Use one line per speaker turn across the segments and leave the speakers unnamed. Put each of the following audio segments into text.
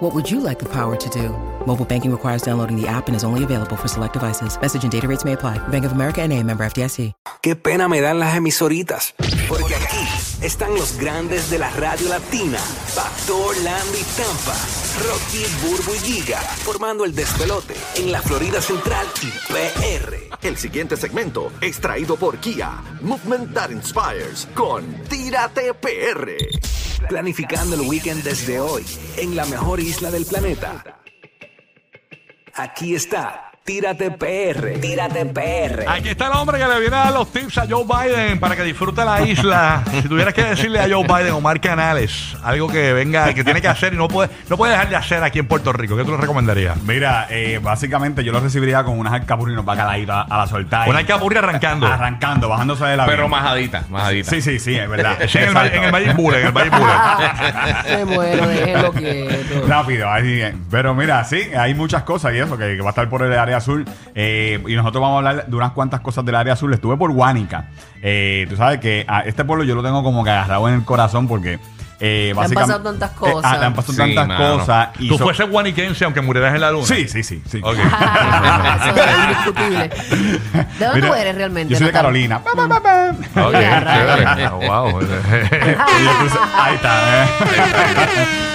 What would you like the power to do? Mobile banking requires downloading the app and is only available for select devices. Message and data rates may apply. Bank of America and a member FDIC.
Qué pena me dan las emisoritas. Porque aquí están los grandes de la radio latina. Pastor, Lando y Tampa. Rocky, Burbu y Giga. Formando el despelote en la Florida Central y PR.
El siguiente segmento es traído por Kia, Movement That Inspires, con Tírate PR.
Planificando el weekend desde hoy en la mejor isla del planeta. Aquí está. Tírate PR. Tírate PR.
Aquí está el hombre que le viene a dar los tips a Joe Biden para que disfrute la isla. si tuvieras que decirle a Joe Biden, Omar Canales, algo que venga, que tiene que hacer y no puede, no puede dejar de hacer aquí en Puerto Rico, ¿qué tú le recomendarías?
Mira, eh, básicamente yo lo recibiría con unas alcapurrinos bacalaitas a la soltada.
Una alcapurria arrancando.
Arrancando, bajándose de la
Pero majadita, majadita.
Sí, sí, sí, es verdad.
Sí, en el, Valle- en el Valle Bullet, en el Valle Bullet.
Me muero, déjelo quieto.
Rápido, ahí, eh, pero mira, sí, hay muchas cosas y eso, que, que va a estar por el área azul. eh, y nosotros vamos a hablar de unas cuantas cosas del área azul. Estuve por Guánica. Eh, tú sabes que a este pueblo yo lo tengo como que agarrado en el corazón porque eh,
han
básicamente-
pasado tantas
eh,
cosas.
ah, le han pasado
Sí,
tantas
mano.
cosas. y
Tú
so-
fuese guaniquense aunque murieras en la luna.
Sí, sí, sí. sí.
Ok.
Eso es indiscutible. ¿De dónde
Mira,
tú eres realmente?
Yo soy de
Natal?
Carolina. Pa, pa, pa, pa.
Ok,
Ya,
chévere.
rayos.
Ah, wow.
Ah.
Y le puse- ahí está. ¿eh?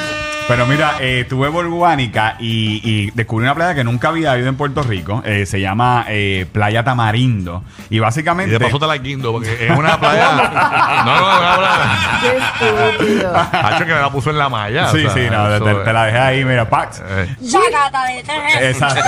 Pero mira, eh, tuve por Guánica y, y descubrí una playa que nunca había ido en Puerto Rico. Eh, se llama eh, Playa Tamarindo. Y
Y
básicamente.
de paso te la guindo, porque es una playa. No, no, no, no.
Qué estúpido.
Hacho que me la puso en la malla.
sí,
o sea,
sí, no, te,
eso
te- te la dejé ahí, mira, Pax.
es- eh.
Exacto.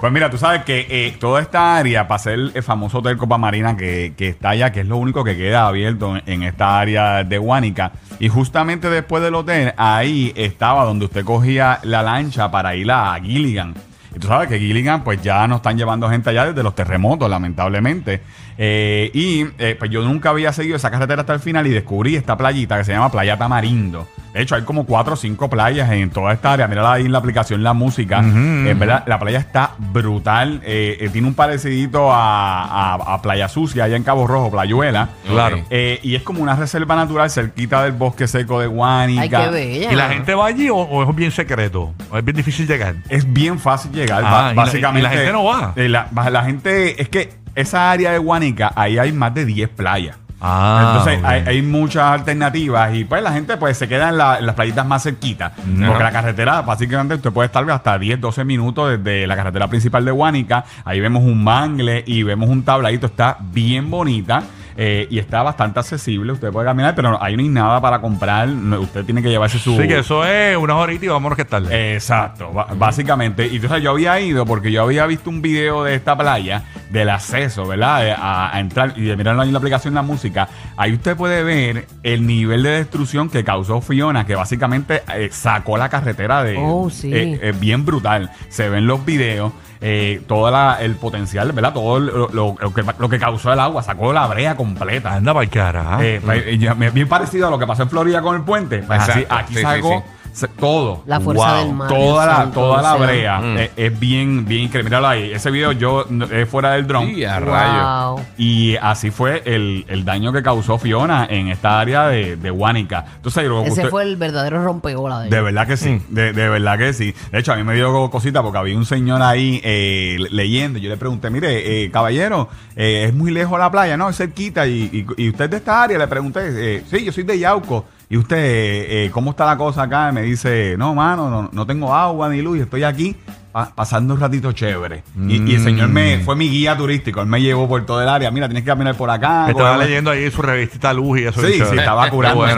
pues mira, tú sabes que eh, toda esta área, para ser el famoso hotel Copa Marina que, que está allá, que es lo único que queda abierto en, en esta área de Guánica. Y justamente después del hotel, ahí estaba donde usted cogía la lancha para ir a Gilligan. Y tú sabes que Gilligan, pues ya nos están llevando gente allá desde los terremotos, lamentablemente. Eh, y eh, pues yo nunca había seguido esa carretera hasta el final y descubrí esta playita que se llama Playa Tamarindo. De hecho, hay como cuatro o cinco playas en toda esta área. Mira ahí en la aplicación La Música. En verdad, la playa está brutal. Eh, eh, tiene un parecidito a, a- a Playa Sucia, allá en Cabo Rojo, Playuela.
Claro.
Eh, y es como una reserva natural cerquita del bosque seco de Guánica.
Ay, qué bella.
¿Y la gente va allí o, o es bien secreto? ¿O es bien difícil llegar?
Es bien fácil llegar,
Ah,
ba-
y la-
básicamente.
y la gente no va.
Eh, La, ba- la gente, es que esa área de Guanica, ahí hay más de 10 playas.
Ah,
Entonces
ok.
hay, hay muchas alternativas y pues la gente pues se queda en, la- en las playitas más cerquitas. Porque la carretera, básicamente usted puede estar hasta 10, 12 minutos desde la carretera principal de Guanica. Ahí vemos un mangle y vemos un tabladito. Está bien bonita eh, y está bastante accesible. Usted puede caminar, pero ahí no hay nada para comprar. No, Usted tiene que llevarse su...
Sí, que eso es unas horitas y vámonos que es tarde.
Exacto, ba- básicamente. Y entonces yo había ido porque yo había visto un video de esta playa, del acceso, ¿verdad? De- A, a entrar y de mirarlo ahí en la aplicación la música. Ahí usted puede ver el nivel de destrucción que causó Fiona, que básicamente eh, sacó la carretera de.
Oh, sí.
eh, eh, bien brutal. Se ven los videos, eh, todo el potencial, ¿verdad? Todo lo, lo- lo que, lo que causó el agua, sacó la brea completa.
Anda para el cara. ¿ah?
Eh, pues, eh, ya, me- bien parecido a lo que pasó en Florida con el puente. Pues así,
Exacto.
aquí
Sí, sí,
sacó se- todo.
La fuerza del mar,
Toda
Dios
la,
santo,
toda la
o sea.
brea.
mm.
Eh, Es, bien, bien increíble. Míralo ahí. Ese video yo no, es fuera del dron.
Sí, a rayos.
Wow.
Y así fue el, el daño que causó Fiona en esta área de, de Guánica. Entonces, lo que
Ese
usted-
fue el verdadero rompeola de
de
ellos.
verdad que sí, de, de verdad que sí. De hecho, a mí me dio cosita porque había un señor ahí eh, le- leyendo. Yo le pregunté, mire, eh, caballero, eh, es muy lejos la playa, ¿no? Es cerquita. Y, y- y usted es de esta área, le pregunté, eh, sí, yo soy de Yauco. Y usted, eh, eh, ¿cómo está la cosa acá? Y me dice, no, mano, no, no tengo agua ni luz, estoy aquí pa- pasando un ratito chévere. Y, y el señor me fue mi guía turístico. Él me llevó por todo el área. Mira, tienes que caminar por acá.
Me estaba
coge-
leyendo ahí su revistita Luz y eso.
Sí,
y
sí,
chévere.
estaba
Qué
curando.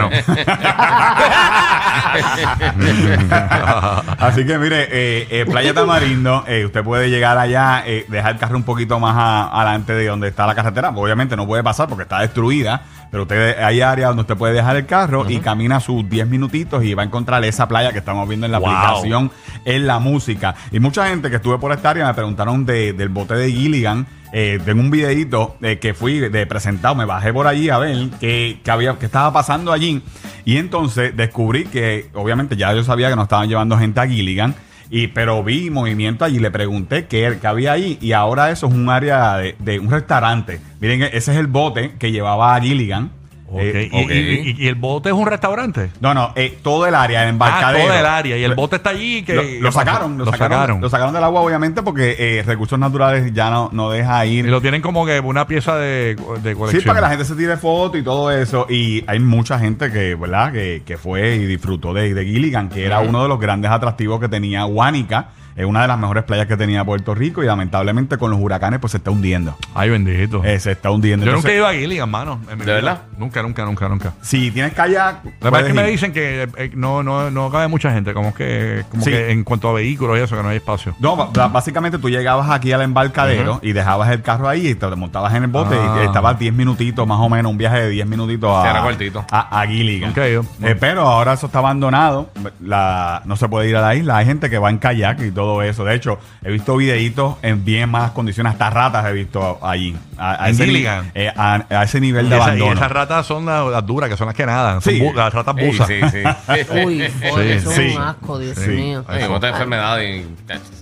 Bueno.
Así que mire, eh, eh, Playa Tamarindo, eh, usted puede llegar allá, eh, dejar el carro un poquito más a- adelante de donde está la carretera. Obviamente no puede pasar porque está destruida, pero usted hay áreas donde usted puede dejar el carro y camina sus 10 minutitos y va a encontrar esa playa que estamos viendo en la
Wow.
aplicación, en la música. Y mucha gente que estuve por esta área me preguntaron de- del bote de Gilligan. Eh, tengo un videito eh, que fui de presentado, me bajé por allí a ver qué, qué había, qué estaba pasando allí. Y entonces descubrí que, obviamente, ya yo sabía que nos estaban llevando gente a Gilligan. Y, pero vi movimiento allí, le pregunté qué, qué había ahí y ahora eso es un área de, de un restaurante. Miren, ese es el bote que llevaba a Gilligan.
Ok,
Eh,
y-
ok.
Y, y- y el bote es un restaurante?
no, no, eh, todo el área, el embarcadero.
Ah, todo el área. Y el bote está allí. Que,
Lo, lo sacaron, lo, sacaron, Lo sacaron del agua, obviamente, porque eh, recursos naturales ya no, no deja
Y
ir.
lo tienen como que una pieza de, de
Sí,
colección.
para que la gente se tire fotos y todo eso. Y hay mucha gente que, ¿verdad? Que, que fue y disfrutó de, de Gilligan, que era uno de los grandes atractivos que tenía Guánica. Es una de las mejores playas que tenía Puerto Rico y lamentablemente con los huracanes pues se está hundiendo.
Ay, bendito.
Eh, se está hundiendo.
Yo
Entonces,
nunca he ido a Gilligan, mano. en mi
¿De
vida.
verdad?
Nunca, nunca, nunca, nunca.
Si tienes kayak,
La verdad es que
puedes
me
ir.
dicen que eh, no, no, no cabe mucha gente, como que, como
Sí.
que en cuanto a vehículos y eso, que no hay espacio.
No, ba- ba- básicamente tú llegabas aquí al embarcadero y dejabas el carro ahí y te montabas en el bote
Ah.
y estabas 10 minutitos, más o menos, un viaje de 10 minutitos
Sí,
a,
era cortito.
a, a Gilligan.
Nunca he ido.
Eh, pero ahora eso está abandonado, la, no se puede ir a la isla, hay gente que va en kayak y todo eso. De hecho, he visto videitos en bien malas condiciones, hasta ratas he visto allí. A, a
¿En
ese ni-
Gilligan?
eh, a, a ese nivel
Y,
de
esa- y
abandono.
esas ratas son las, las duras, que son las que nadan. Son
Sí.
bu- las ratas
Ey,
busas.
sí, sí.
Uy, fue,
Sí,
eso es
sí.
un asco, Dios
Sí.
mío.
Ay, con esta enfermedad y...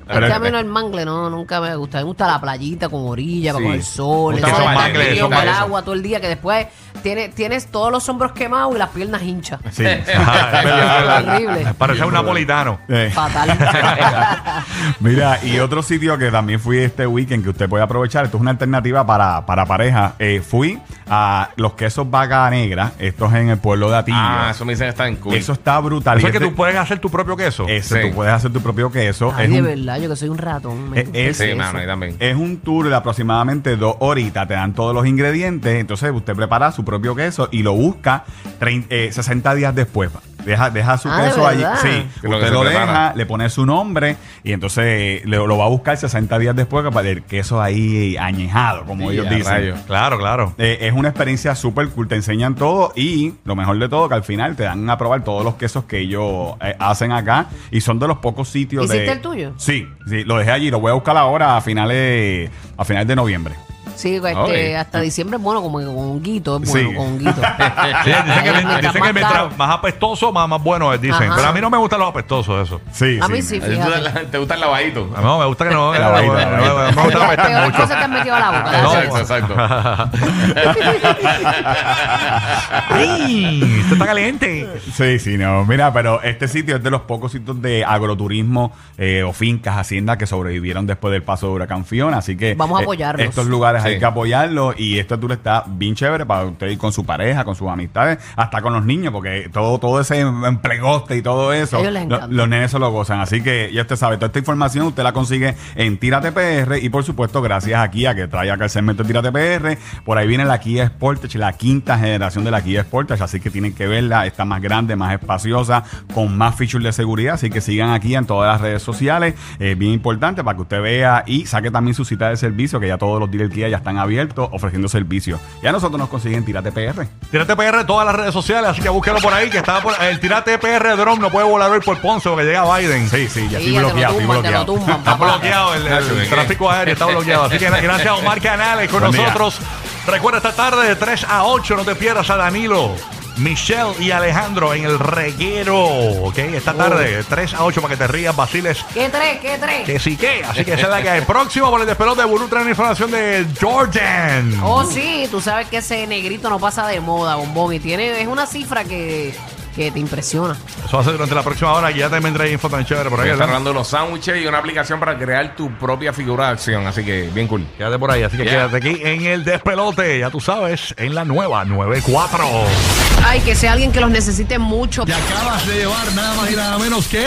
Pero-
El camino al mangle, no, nunca me gusta. Me gusta la playita con orilla,
Sí.
con el sol,
Gusta
el
esos
sol,
mangles,
el
esos
río, con el
mangles.
agua todo el día, que después tiene, tienes todos los hombros quemados y las piernas hinchas.
eh, Sí.
Horrible.
Parece un napolitano.
Eh.
Fatal.
Mira, y otro sitio que también fui este weekend que usted puede aprovechar, esto es una alternativa para, para pareja. Eh, fui a los quesos vaca negra, esto es en el pueblo de Atillo.
Ah, eso me dicen que está en cool. Eh,
Eso está brutal.
O sea
Y
que
este-
tú puedes hacer tu propio queso.
Eso,
Sí.
tú puedes hacer tu propio queso.
Ay,
es,
de
un,
verdad, yo que soy un ratón.
Eh,
men. ¿Qué
eh,
es
Sí,
eso?
mano, ahí también.
es un tour de aproximadamente dos horitas, te dan todos los ingredientes, entonces usted prepara su propio queso y lo busca trein- eh, 60 días después. Deja, deja su
Ah, ¿de
queso allí.
verdad?
Sí,
Que lo que
usted
se
lo
prepara.
deja, le pone su nombre y entonces eh, le- lo va a buscar 60 días después para el queso ahí añejado, como
Sí,
ellos
a
dicen.
rayos.
Claro, claro.
Eh, es una experiencia súper cool, te enseñan todo y lo mejor de todo que al final te dan a probar todos los quesos que ellos eh, hacen acá y son de los pocos sitios de-
¿Hiciste el tuyo?
Sí, sí, lo dejé allí, lo voy a buscar ahora a finales, a finales de noviembre.
Sí, este,
Ok.
hasta diciembre es bueno, como que con honguito, es bueno,
Sí.
con honguito.
Sí, dicen que,
Ay, mientras
dicen que
más
mientras
caro.
más apestoso, más, más bueno es, dicen.
Ajá.
Pero a mí no me gustan los apestosos, eso.
Sí,
A mí sí,
¿Te
fíjate.
gusta- ¿Te gusta el lavadito?
A mí no me gusta que no.
La
no,
vaina,
no,
la
no,
vaina.
no, no me gusta que me
Peor
apeste mucho.
cosa que has metido a la boca.
No,
gracias.
Exacto, exacto.
¡Ay! Esto está caliente.
Sí, sí, no. Mira, pero este sitio es de los pocos sitios de agroturismo eh, o fincas, haciendas que sobrevivieron después del paso de Huracán Fiona. Así que.
Vamos a
eh,
apoyarlos.
estos lugares
Sí.
hay que apoyarlos y esta tour está bien chévere para usted ir con su pareja, con sus amistades, hasta con los niños, porque todo, todo ese emplegoste y todo eso.
A ellos les
lo-
encanta.
los nenes se lo gozan. Así que ya usted sabe, toda esta información usted la consigue en Tírate PR y por supuesto, gracias a Kia que trae acá el segmento de Tírate PR. Por ahí viene la Kia Sportage, la quinta generación de la Kia Sportage, así que tienen que verla. Está más grande, más espaciosa, con más features de seguridad. Así que sigan aquí en todas las redes sociales. Es bien importante para que usted vea y saque también su cita de servicio, que ya todos los dealers Kia ya están abiertos ofreciendo servicio. Ya nosotros nos consiguen Tírate PR.
Tirate PR en todas las redes sociales, así que búsquelo por ahí, que está por, el Tirate PR Drone no puede volar hoy por Ponce porque llega Biden.
Sí, sí, ya
Sí,
estoy
ya te lo
bloqueado, estoy bloqueado.
tumban, te lo tumban,
Está
papá.
bloqueado el, el
Nacho, ¿qué?
tráfico aéreo, está bloqueado. Así que gracias a Omar Canales con
Buen día.
nosotros. Recuerda esta tarde de 3 a 8, no te pierdas a Danilo, Michelle y Alejandro en el reguero. ¿ok? Esta tarde de 3 a 8 para que te rías, vaciles.
¿Qué tres? ¿Qué tres?
Que sí que, así que esa es la que hay. Próximo por el despelote de Burú trae una información de Jordan.
Oh, sí, tú sabes que ese negrito no pasa de moda, bombón. Y tiene, es una cifra que, que te impresiona.
Eso va a ser durante la próxima hora, que ya también trae info tan chévere por ahí.
Está
¿verdad?
hablando de los sándwiches y una aplicación para crear tu propia figura de acción. Así que bien cool.
Quédate por ahí, así que
Yeah.
quédate aquí en el despelote, ya tú sabes, en la nueva 94.
Ay, que sea alguien que los necesite mucho.
acabas de llevar nada más y nada menos que